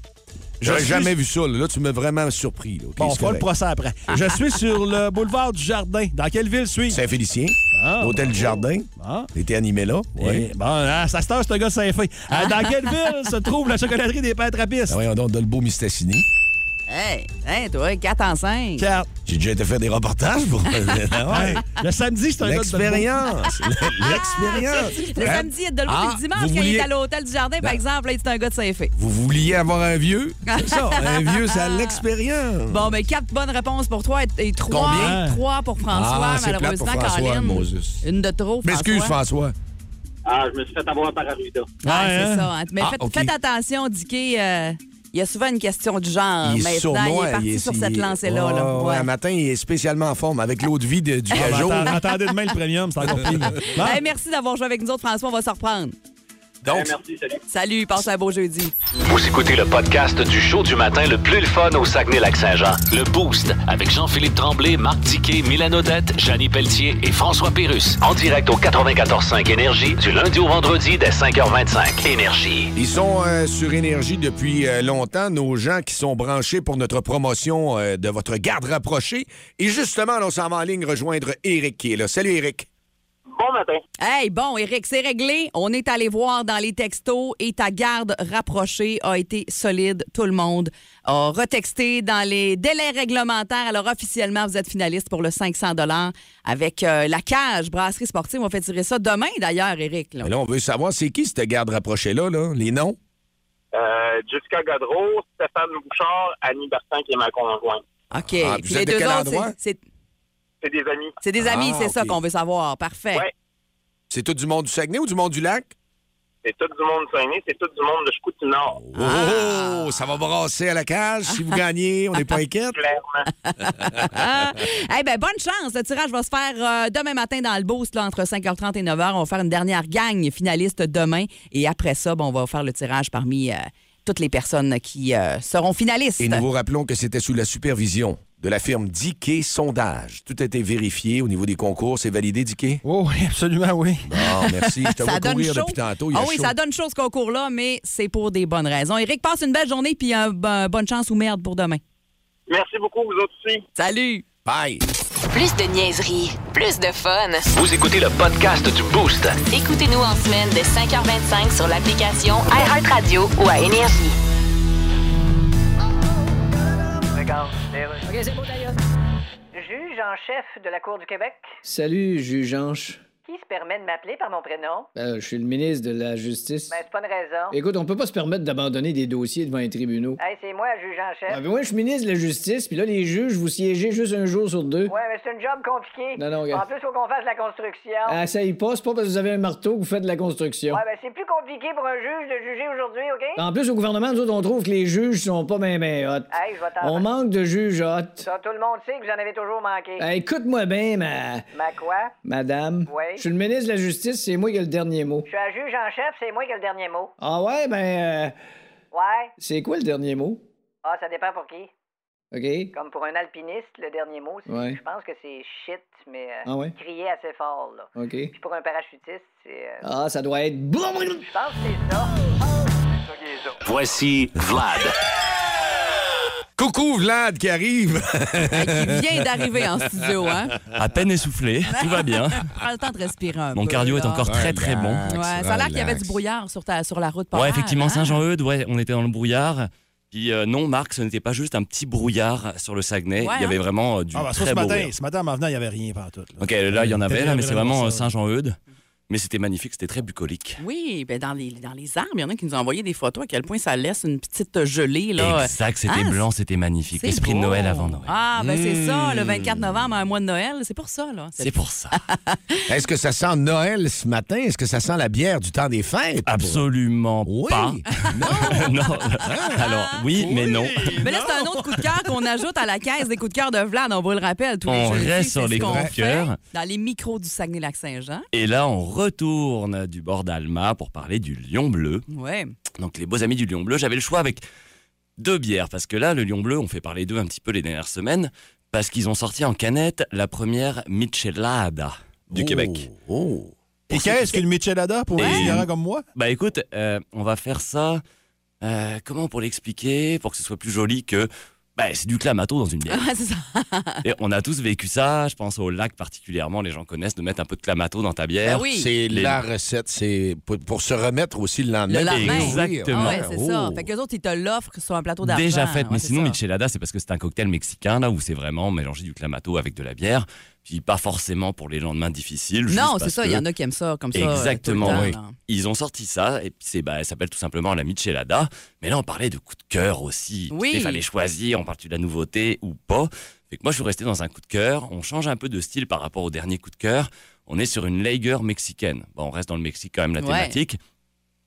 J'aurais Je jamais suis- vu ça. Là, Là, tu m'as vraiment surpris. là. OK, Bon, on c'est fera le correct. procès après. Je suis sur le boulevard du Jardin. Dans quelle ville suis-je? Saint-Félicien, Ah, l'hôtel du Jardin. Ah. Était animé là. Oui. Et- Bon, ah, ça se tâche, ce gars de Saint-Fé. Ah. Euh, dans quelle ville se trouve la chocolaterie des Pères Trappistes? Ah, voyons donc, Dolbeau Mistassini. Hey, hey, toi, 4 en 5. Quatre. J'ai déjà été faire des reportages pour. Ah ouais. Hey, Le samedi, c'est un gars de L'expérience. L'expérience. Le Hein? samedi, il y a de l'eau, Ah, puis le dimanche, vous quand il vouliez- est à l'hôtel du jardin, Ben. par exemple, là, il est un gars de Saint-Fé. Vous vouliez avoir un vieux? Ah. C'est ça. Un vieux, c'est à l'expérience. Bon, ben, quatre bonnes réponses pour toi et- et trois, Combien? trois pour François, Ah, c'est plate malheureusement, pour François, Caroline. Moses. Une de trop, Mais François. excuse, François. Ah, je me suis fait avoir par Arvida. Ouais, Ah, hein? c'est ça. hein. Mais Ah, faites, OK. faites attention, Dicky. euh, il y a souvent une question de genre. Il est Ah, Maintenant, il sournois, est parti sur il cette est- lancée-là. là. Ouais, ouais, Ouais. Un matin, il est spécialement en forme avec l'eau de vie de- du Ah, ben, Cajot. attends- attendez demain le premium, c'est encore pire. Bon. Ah. Hey, merci d'avoir joué avec nous autres, François. On va se reprendre. Donc, Merci, salut. Salut, passe un beau jeudi. Vous écoutez le podcast du show du matin le plus le fun au Saguenay-Lac-Saint-Jean. Le Boost avec Jean-Philippe Tremblay, Marc Tiquet, Milan Odette, Janine Pelletier et François Pérus. En direct au 94.5 Énergie du lundi au vendredi dès 5h25. Énergie. ils sont euh, sur Énergie depuis euh, longtemps, nos gens qui sont branchés pour notre promotion euh, de votre garde rapprochée. Et justement, là, on s'en va en ligne rejoindre Eric qui est là. Salut, Eric. Bon matin. Hey, bon, Eric, c'est réglé. On est allé voir dans les textos et ta garde rapprochée a été solide. Tout le monde a retexté dans les délais réglementaires. Alors, officiellement, vous êtes finaliste pour le 500 avec euh, la cage brasserie sportive. On fait tirer ça demain, d'ailleurs, Eric. là. Mais là, on veut savoir, c'est qui cette garde rapprochée-là, là? les noms? Euh, Jessica Godreau, Stéphane Bouchard, Annie Bertin, qui est ma conjointe. OK. Ah, Puis vous êtes de quel endroit? c'est- c'est- C'est des amis. c'est des amis, Ah, c'est ça OK. qu'on veut savoir. Parfait. Ouais. C'est tout du monde du Saguenay ou du monde du lac? C'est tout du monde de Saguenay, c'est tout du monde de Chicoutimi Nord. Ah! Oh, oh, ça va brasser à la cage si vous gagnez, on n'est pas inquiète. Clairement. Ah. Eh ben bonne chance. Le tirage va se faire euh, demain matin dans le Boost, là, entre 5h30 et ben, 9h. On va faire une dernière gang finaliste demain. Et après ça, bon, on va faire le tirage parmi euh, toutes les personnes qui euh, seront finalistes. Et nous vous rappelons que c'était sous la supervision de la firme Diquet Sondage. Tout a été vérifié au niveau des concours. C'est validé, Diquet? Oh, oui, absolument, oui. Bon, merci. Je te vois Ça donne courir chaud. depuis tantôt. Il y a Ah oui, chaud. ça donne chaud ce concours-là, mais c'est pour des bonnes raisons. Eric, passe une belle journée puis un, ben, bonne chance ou merde pour demain. Merci beaucoup, vous autres aussi. Salut! Bye. Plus de niaiserie, plus de fun. Vous écoutez le podcast du Boost. Écoutez-nous en semaine de 5h25 sur l'application iHeartRadio ou à Énergie. Juge en chef de la Cour du Québec, Salut, juge Anche. qui se permet de m'appeler par mon prénom? Euh, je suis le ministre de la Justice. Ben, c'est pas une raison. Écoute, on peut pas se permettre d'abandonner des dossiers devant les tribunaux. Hey, c'est moi, juge en Ah, chef. ben moi, je suis ministre de la Justice, puis là, les juges, vous siégez juste un jour sur deux. Ouais, mais c'est une job compliquée. Non, non, regarde. En plus, faut qu'on fasse la construction. Ah, ça y passe pas parce que vous avez un marteau que vous faites de la construction. Ouais, ben, c'est plus compliqué pour un juge de juger aujourd'hui, OK? En plus, au gouvernement, nous autres, on trouve que les juges sont pas ben ben hot. Hey, je vais t'en- On manque de juges hot. Ça, tout le monde sait que vous en avez toujours manqué. Ah, Écoute-moi bien, ma... Ma quoi? madame. Oui. Je suis le ministre de la Justice, c'est moi qui ai le dernier mot. Je suis un juge en chef, c'est moi qui ai le dernier mot. Ah ouais, ben... euh, Ouais? c'est quoi le dernier mot? Ah, ça dépend pour qui. OK? Comme pour un alpiniste, le dernier mot, c'est- Ouais. je pense que c'est shit, mais euh, Ah ouais? crier assez fort, là. OK. Puis pour un parachutiste, c'est... euh, Ah, ça doit être... Je pense que c'est ça. Voici Vlad. Coucou Vlad qui arrive. Hey, qui vient d'arriver en studio, hein? À peine essoufflé, tout va bien. Prends le temps de respirer un Mon peu, cardio est là. encore très très bon. Ouais, ça a l'air qu'il y avait du brouillard sur, ta, sur la route. pas Ouais, mal, effectivement, hein? Saint-Jean-Eudes, ouais, on était dans le brouillard. Puis euh, non, Marc, ce n'était pas juste un petit brouillard sur le Saguenay. Ouais, hein. il y avait vraiment euh, du Ah, bah, ça, très ce beau matin, brouillard. ce matin, en m'en venant, il n'y avait rien par tout. Ok, là, il y en avait, là, mais c'est vraiment euh, ça. Saint-Jean-Eudes. Mais c'était magnifique, c'était très bucolique. Oui, ben dans, les, dans les arbres, il y en a qui nous ont envoyé des photos à quel point ça laisse une petite gelée. Là. Exact, c'était Ah, blanc, c'était magnifique. c'est L'esprit de beau. Noël avant Noël. Ah, ben c'est ça, le Hmm. Mmh. 24 novembre, un mois de Noël, c'est pour ça. là. C'est pour ça. Est-ce que ça sent Noël ce matin? Est-ce que ça sent la bière du temps des fêtes? Absolument Oui. pas. Non. non. Alors, oui, mais non. Mais là, c'est un autre coup de cœur qu'on ajoute à la caisse des coups de cœur de Vlad, on vous le rappelle. Tous On les jeudis, reste c'est sur ce les qu'on coups de fait cœur. Dans les micros du Saguenay-Lac-Saint-Jean. Et là, on retourne du bord d'Alma pour parler du Lion Bleu. Ouais. Donc les beaux amis du Lion Bleu, j'avais le choix avec deux bières, parce que là, le Lion Bleu, on fait parler d'eux un petit peu les dernières semaines, parce qu'ils ont sorti en canette la première Michelada du Oh, Québec. Oh. Et qu'est-ce qu'une Michelada pour Et- un cigarette comme moi? Bah écoute, euh, on va faire ça, euh, comment pour l'expliquer, pour que ce soit plus joli que... Bah, c'est du clamato dans une bière. Ouais, c'est ça. Et on a tous vécu ça, je pense au lac particulièrement, les gens connaissent de mettre un peu de clamato dans ta bière. Ben oui. Ah, C'est Les- la recette, c'est pour, pour se remettre aussi le lendemain. Le lendemain. Et ouvrir. Exactement. Ah ouais, c'est ça. Oh. Fait que les autres, ils te l'offrent sur un plateau d'argent. Déjà faite, Ouais, mais c'est sinon ça. Michelada, c'est parce que c'est un cocktail mexicain là où c'est vraiment mélanger du clamato avec de la bière, puis pas forcément pour les lendemains difficiles. juste Non, c'est parce ça, il y en a qui aiment ça comme ça. euh, tout le Exactement, temps, oui. là. Ils ont sorti ça et puis c'est bah, elle s'appelle tout simplement la Michelada, mais là on parlait de coup de cœur aussi. Oui. Il fallait choisir, on partit de la nouveauté ou pas. Fait que moi je suis resté dans un coup de cœur. On change un peu de style par rapport au dernier coup de cœur. On est sur une lager mexicaine. Bon, on reste dans le Mexique quand même la Ouais. thématique.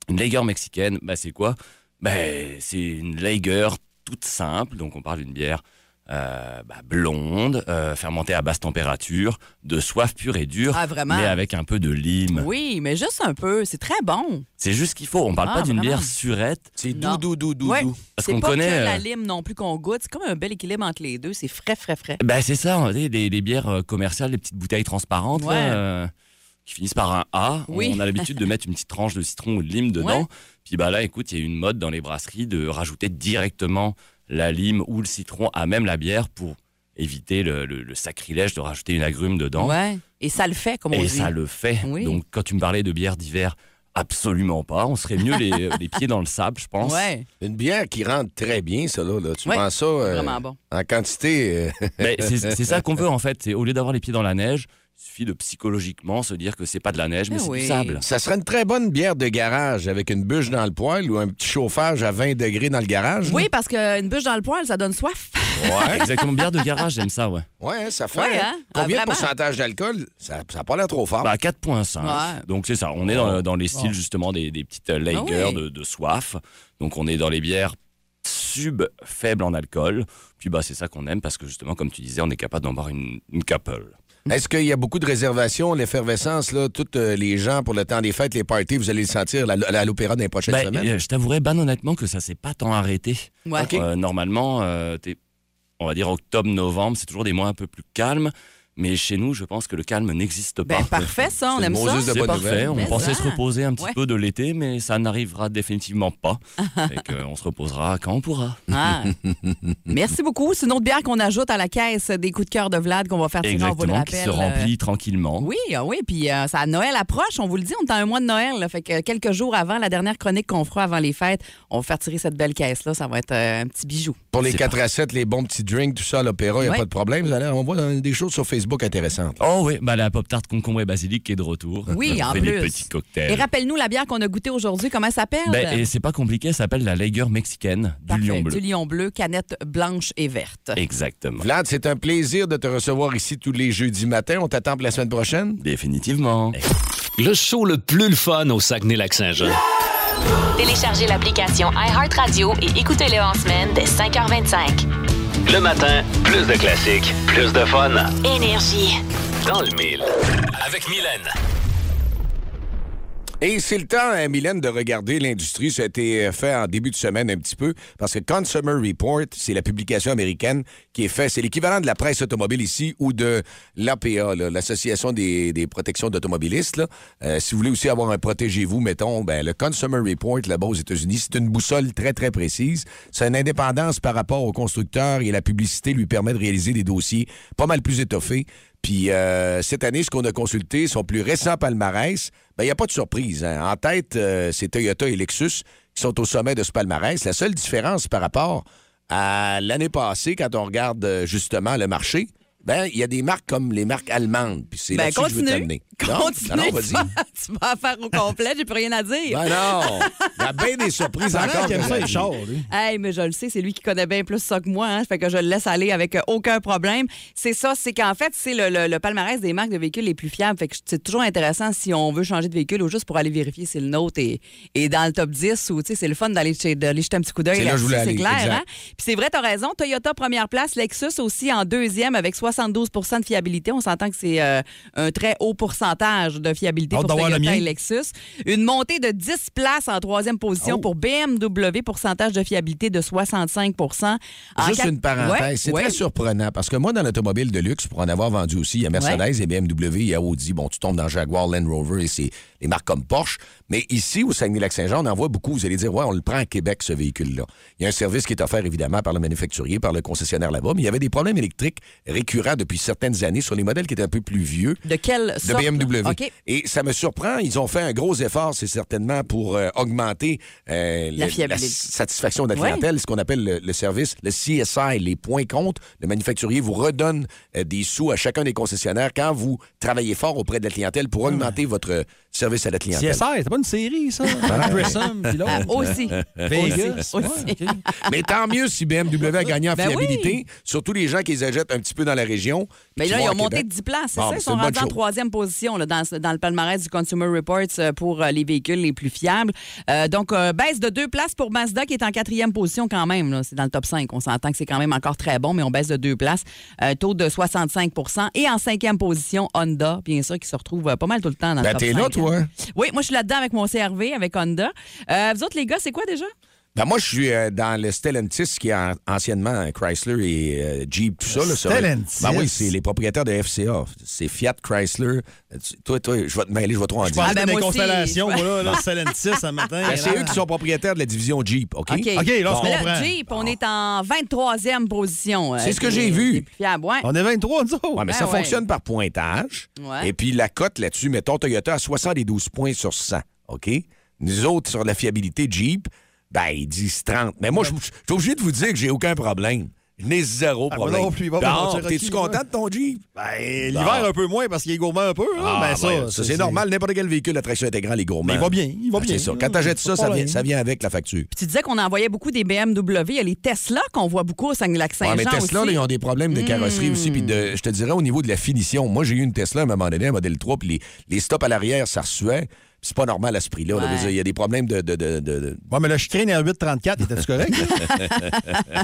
Une lager mexicaine, bah, c'est quoi bah, C'est une lager toute simple. Donc, on parle d'une bière euh, bah, blonde, euh, fermentée à basse température, de soif pure et dure, Ah, vraiment? mais avec un peu de lime. Oui, mais juste un peu. C'est très bon. C'est juste ce qu'il faut. On parle Ah, pas d'une vraiment? bière surette. C'est Non. doux, doux, doux, doux, Ouais. doux. Parce C'est qu'on pas connaît. que la euh, lime non plus qu'on goûte. C'est comme un bel équilibre entre les deux. C'est frais, frais, frais. bah, c'est ça, on a des, des- des bières euh, commerciales, des petites bouteilles transparentes. là, Ouais. euh, qui finissent par un A. On- Oui. On a l'habitude de mettre une petite tranche de citron ou de lime dedans. Ouais. Puis bah là, écoute, il y a une mode dans les brasseries de rajouter directement la lime ou le citron à même la bière pour éviter le, le- le sacrilège de rajouter une agrume dedans. Ouais. Et ça le fait, comme on Et dit. ça le fait. Oui. Donc quand tu me parlais de bière d'hiver, absolument pas. On serait mieux les, les pieds dans le sable, je pense. Ouais, Une bière qui rentre très bien, ça, là. là. Tu Ouais, prends ça euh, vraiment bon. en quantité. euh, Ben, c'est c'est ça qu'on veut en fait. C'est au lieu d'avoir les pieds dans la neige, il suffit de psychologiquement se dire que c'est pas de la neige, mais Ben c'est oui. du sable. ça serait une très bonne bière de garage avec une bûche dans le poêle ou un petit chauffage à 20 degrés dans le garage. Oui, là. parce qu'une bûche dans le poêle, ça donne soif. Ouais, exactement. Bière de garage, j'aime ça, ouais. Ouais, hein, ça fait. Ouais, hein. hein? Ah, Combien de vraiment? pourcentage d'alcool? Ça n'a pas l'air trop fort. Bah 4.5. Ah. Ouais. Donc c'est ça, on est dans, dans les styles justement des, des petites euh, lagers Ah ouais. de, de soif. Donc on est dans les bières sub faibles en alcool. Puis bah c'est ça qu'on aime parce que justement comme tu disais, on est capable d'en boire une, une couple. Est-ce qu'il y a beaucoup de réservations, l'effervescence, là, toutes euh, les gens pour le temps des fêtes, les parties, vous allez le sentir la- la- à l'opéra dans les prochaines Bah, Ben, semaines? euh, je t'avouerais, ben honnêtement, que ça s'est pas tant arrêté. Ouais. Ok. Euh, normalement, euh, t'es- on va dire octobre, novembre, c'est toujours des mois un peu plus calmes. Mais chez nous, je pense que le calme n'existe pas. Ben, parfait, ça, on C'est aime une ça. Moses de C'est bonne parfait. nouvelle. On Mais pensait ça. se reposer un petit Ouais. peu de l'été, mais ça n'arrivera définitivement pas. Fait que, euh, on se reposera quand on pourra. Ah. Merci beaucoup. C'est une autre bière qu'on ajoute à la caisse des coups de cœur de Vlad qu'on va faire tirer, on vous le Exactement, qui rappelle. euh, se remplit tranquillement. Oui, ah oui, puis euh, ça Noël approche, on vous le dit, on est dans un mois de Noël, là, fait que quelques jours avant la dernière chronique qu'on fera avant les fêtes, on va faire tirer cette belle caisse là, ça va être euh, un petit bijou. Pour les 4 à 7, les bons petits drinks, tout ça à l'opéra, il n'y a Ouais. pas de problème. Vous allez, on voit euh, des choses sur Facebook intéressantes. Oh oui, bah, la pop tart concombre et basilic qui est de retour. Oui, On en fait plus. des petits cocktails. Et rappelle-nous la bière qu'on a goûtée aujourd'hui, comment elle s'appelle Euh, Ben, et c'est pas compliqué, ça s'appelle la Lager mexicaine du Lion Bleu. Du lion bleu, canette blanche et verte. Exactement. Vlad, c'est un plaisir de te recevoir ici tous les jeudis matins. On t'attend pour la semaine prochaine? Définitivement. Le show le plus le fun au Saguenay-Lac-Saint-Jean. Téléchargez l'application iHeartRadio et écoutez-le en semaine dès 5h25. Le matin, plus de classiques, plus de fun. Énergie. Dans le mille. Avec Mylène. Et c'est le temps, hein, Mylène, de regarder l'industrie. Ça a été euh, fait en début de semaine un petit peu, parce que Consumer Report, c'est la publication américaine qui est faite. C'est l'équivalent de la presse automobile ici ou de l'APA, là, l'Association des, des protections d'automobilistes. là. Euh, si vous voulez aussi avoir un protégez-vous, mettons, ben, le Consumer Report, là-bas aux États-Unis, c'est une boussole très, très précise. C'est une indépendance par rapport aux constructeurs et la publicité lui permet de réaliser des dossiers pas mal plus étoffés. Puis euh, cette année, ce qu'on a consulté, son plus récent palmarès, ben, il n'y a pas de surprise. hein. En tête, euh, c'est Toyota et Lexus qui sont au sommet de ce palmarès. La seule différence par rapport à l'année passée, quand on regarde euh, justement le marché, ben, il y a des marques comme les marques allemandes. Puis c'est Ben, là-dessus que je veux continue. t'amener. Non? Continue. Non, non, tu, vas-y. vas, tu vas faire au complet, j'ai plus rien à dire. Ben non! Il y a bien des surprises Ça a l'air encore. qu'il aime dans ça, la les vie. chars, lui. Hey, mais je le sais, c'est lui qui connaît bien plus ça que moi. Hein, fait que je le laisse aller avec euh, aucun problème. C'est ça, c'est qu'en fait, c'est le, le- le palmarès des marques de véhicules les plus fiables. Fait que c'est toujours intéressant si on veut changer de véhicule ou juste pour aller vérifier si le nôtre est, est dans le top 10 ou tu sais, c'est le fun d'aller jeter- d'aller jeter un petit coup d'œil. C'est là que je voulais aller, là-dessus, C'est clair, exact. hein? Puis c'est vrai, t'as raison. Toyota, première place. Lexus aussi en deuxième avec 72 de fiabilité. On s'entend que c'est euh, un très haut pourcentage de fiabilité Hâte pour d'avoir le Toyota mien. et Lexus. Une montée de 10 places en troisième position Oh. pour BMW, pourcentage de fiabilité de 65 En Juste quatre- une parenthèse, Ouais, c'est ouais. très surprenant parce que moi, dans l'automobile de luxe, pour en avoir vendu aussi, il y a Mercedes, il y a BMW, il y a Audi. Bon, tu tombes dans Jaguar, Land Rover et c'est les marques comme Porsche. Mais ici, au Saguenay-Lac-Saint-Jean, on en voit beaucoup. Vous allez dire, ouais, on le prend à Québec, ce véhicule-là. Il y a un service qui est offert, évidemment, par le manufacturier, par le concessionnaire là-bas, mais il y avait des problèmes électriques récurrents depuis certaines années sur les modèles qui étaient un peu plus vieux. De quelle de sorte? BMW. OK. Et ça me surprend, ils ont fait un gros effort, c'est certainement pour euh, augmenter euh, le- fiabilité. satisfaction de la Ouais. clientèle, ce qu'on appelle le, le service, le CSI, les points comptes. Le manufacturier vous redonne euh, des sous à chacun des concessionnaires quand vous travaillez fort auprès de la clientèle pour augmenter votre euh, service à la clientèle. CSR, c'est pas une série, ça? Grissom, puis l'autre. Ah, aussi. Vegas. Aussi. ouais, ok. Mais tant mieux si BMW a gagné en Ben oui. fiabilité, surtout les gens qui les achètent un petit peu dans la région. Mais qui là, vont ils à ont monté Québec. de 10 places, c'est Bon, ça? ben, Ils c'est sont une bonne rendus en chose. troisième position là, dans, ce- dans le palmarès du Consumer Reports euh, pour euh, les véhicules les plus fiables. Euh, donc, euh, baisse de deux places pour Mazda qui est en quatrième position quand même. là. C'est dans le top 5. On s'entend que c'est quand même encore très bon, mais on baisse de deux places. Euh, taux de 65 Et en cinquième position, Honda, bien sûr, qui se retrouve euh, pas mal tout le temps dans Ben, le top t'es là, 5, toi, hein. hein? Oui, moi, je suis là-dedans avec mon CRV, avec Honda. Euh, vous autres, les gars, c'est quoi déjà? Ben, moi, je suis euh, dans le Stellantis, qui est en- anciennement euh, Chrysler et euh, Jeep, tout ça. Là, ça- Stellantis. Ben oui, c'est les propriétaires de FCA. C'est Fiat, Chrysler. Euh, tu- Toi, toi, je vais te mêler, je vais trop en Je dire. pense ben, que des moi aussi. constellations, voilà, là, Salentis, ce matin. Ben, c'est là. eux qui sont propriétaires de la division Jeep, OK? Ah, OK. OK, là, on Mais là, comprend. Jeep, on est en 23e position. euh, C'est ce que des- j'ai vu. des plus fiables, ah, ouais. Ah. On est 23, nous autres. Ouais, mais Ben ça ouais. fonctionne par pointage. Ouais. Et puis la cote là-dessus, mettons Toyota à 72 points sur 100, OK? Nous autres, sur la fiabilité Jeep, ben, ils disent 30. Mais moi, je je suis obligé de vous dire que j'ai aucun problème. Je n'ai zéro Ah, moi problème. non plus, il va Bon, pas mentir, Rocky, t'es-tu content ouais. de ton Jeep? Ben, l'hiver un peu moins parce qu'il est gourmand un peu. là. bah. Ah, ben, ben, ça, c'est normal. N'importe quel véhicule à traction intégrale est gourmand. Mais Ben, il va bien, il va Ah, bien. C'est ça. Quand t'achètes Pas ça, de ça vient, problème. ça vient avec la facture. Tu disais qu'on envoyait beaucoup des BMW. Il y a les Tesla qu'on voit beaucoup au Ouais, Saguenay-Lac-Saint-Jean mais Tesla, aussi. là, ils ont des problèmes de carrosserie aussi, puis de, je te dirais, au niveau de la finition. Moi, j'ai eu une Tesla à un moment donné, un modèle 3, puis les, les stops à l'arrière, ça ressuait. Puis c'est pas normal à ce prix-là. là. Ouais. Je veux dire, Il y a des problèmes de. de, de, de- de- Ouais, mais le chicane à 8,34, était-tu correct?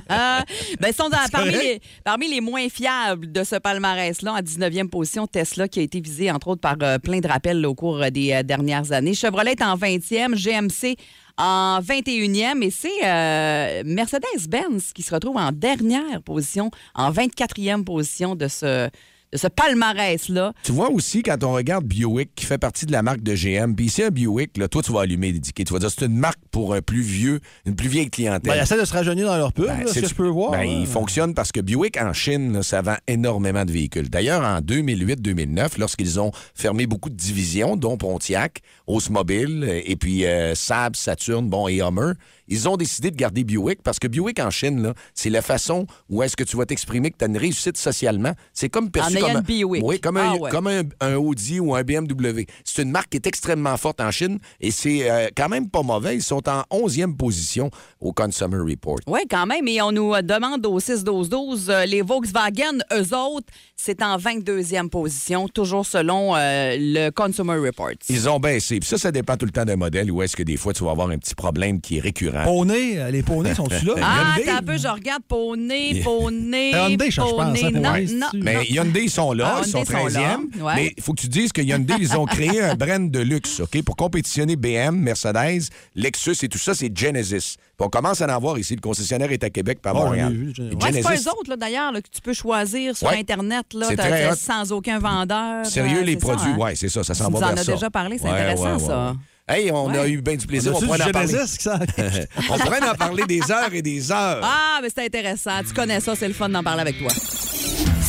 Ah, ben, ils sont dans- C'est parmi, correct. les, parmi les moins fiables de ce palmarès-là, en 19e position, Tesla qui a été visé, entre autres, par euh, plein de rappels là, au cours euh, des euh, dernières années. Chevrolet est en 20e, GMC en 21e, et c'est euh, Mercedes-Benz qui se retrouve en dernière position, en 24e position de ce, de ce palmarès-là. Tu vois aussi, quand on regarde Buick, qui fait partie de la marque de GM, puis ici, un Buick, là, toi, tu vas allumer l'étiquette. Tu vas dire, c'est une marque pour un plus vieux, une plus vieille clientèle. Ben, ils essaient de se rajeunir dans leur pub, Ben, là, ce c'est- que je peux voir. ben, hein. Il fonctionne parce que Buick, en Chine, là, ça vend énormément de véhicules. D'ailleurs, en 2008-2009, lorsqu'ils ont fermé beaucoup de divisions, dont Pontiac, Oldsmobile, euh, et puis euh, Saab, Saturn, bon, et Hummer, ils ont décidé de garder Buick parce que Buick, en Chine, là, c'est la façon où est-ce que tu vas t'exprimer que tu as une réussite socialement. C'est comme perçu En ayant comme, un- une Buick. Oui, comme, un, Ah ouais. comme un, un Audi ou un BMW. C'est une marque qui est extrêmement forte en Chine et c'est euh, quand même pas mauvais. Ils sont en 11e position au Consumer Report. Oui, quand même. Et on nous euh, demande au 6-12-12, euh, les Volkswagen, eux autres, c'est en 22e position, toujours selon euh, le Consumer Reports. Ils ont baissé. Puis ça, ça dépend tout le temps d'un modèle où est-ce que des fois, tu vas avoir un petit problème qui est récurrent. Poney, euh, les poneys sont-tu là? Ah, t'as un peu, je regarde poney, Yeah. poney, Euh, Hyundai, poney. je pense, hein, non, ouais. non, Ah, non. Mais Hyundai, ils sont là, Ah, ils sont Hyundai sont 13e. là, ouais. Mais il faut que tu dises que Hyundai, ils ont créé un brand de luxe, OK? Pour compétitionner BM, Mercedes, Lexus et tout ça, c'est Genesis. Puis on commence à en avoir ici. Le concessionnaire est à Québec, pas à Oh, j'en ai Montréal. vu, j'en ai vu. Et Ouais, c'est pas Genesis, eux autres, là, d'ailleurs, là, que tu peux choisir sur Ouais. Internet, là, C'est t'as- très t'as- hot. sans aucun vendeur. Sérieux, euh, les c'est ça, produits, hein? ouais, c'est ça, ça s'en Tu va nous en vers as ça. déjà parlé, c'est Ouais, intéressant, ouais, ouais, ça. ouais. Hey, on a Ouais. eu bien du plaisir. On On, a-tu pourrait du en parler. Genesis qui s'en- on pourrait en parler des heures et des heures. Ah, mais c'est intéressant. Tu connais ça, c'est le fun d'en parler avec toi.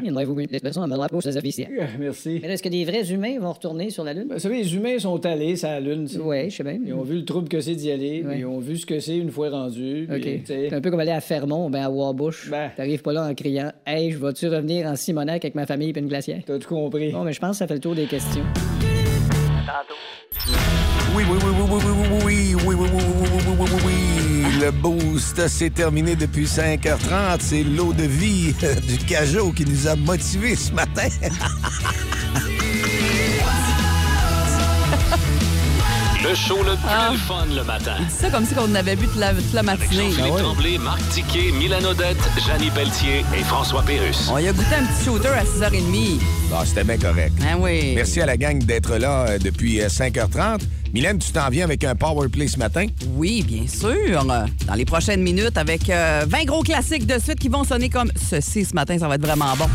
Il devrait vous donner des leçons à madame pour ses officiers. Merci. Mais là, est-ce que des vrais humains vont retourner sur la Lune? vous savez, les humains sont allés sur la Lune. Oui, je sais bien. Ils ont vu le trouble que c'est d'y aller, puis Ouais. ils ont vu ce que c'est une fois rendu. OK. puis, tu sais. C'est un peu comme aller à Fermont, ben à Warbush. T'arrives pas là en criant Hey, je vas-tu revenir en Simonac avec ma famille et une glacière? T'as tout compris. Bon, mais je pense que ça fait le tour des questions. Oui, oui, oui, oui, oui, oui, oui, oui, oui, oui, oui, oui, oui, oui, oui, oui. Le boost, c'est terminé depuis 5h30. C'est l'eau de vie du Cajot qui nous a motivés ce matin. Le show le plus fun le matin. Dis ça comme si on avait bu toute la, toute la matinée. Ah Ah Philippe Tremblay, Marc Tiquet, Milan Odette, Janine Pelletier et François Pérus. On y a goûté un petit shooter à 6h30. Bon, c'était bien correct. Ah oui. Merci à la gang d'être là euh, depuis euh, 5h30. Mylène, tu t'en viens avec un power play ce matin? Oui, bien sûr. Dans les prochaines minutes, avec euh, 20 gros classiques de suite qui vont sonner comme ceci ce matin, ça va être vraiment bon.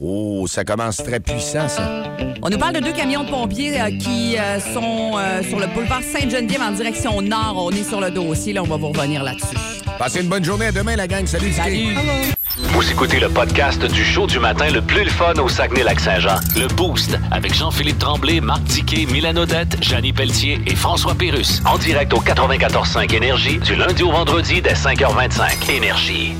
Oh, ça commence très puissant, ça. On nous parle de deux camions de pompiers euh, qui euh, sont euh, sur le boulevard Sainte-Geneviève en direction nord. On est sur le dossier, là, on va vous revenir là-dessus. Passez une bonne journée. À demain, la gang. Salut, Salut. Vous écoutez le podcast du show du matin le plus le fun au Saguenay-Lac-Saint-Jean. Le Boost avec Jean-Philippe Tremblay, Marc Tiquet, Milan Odette, Janine Pelletier et François Pérus. En direct au 94.5 Énergie du lundi au vendredi dès 5h25. Énergie.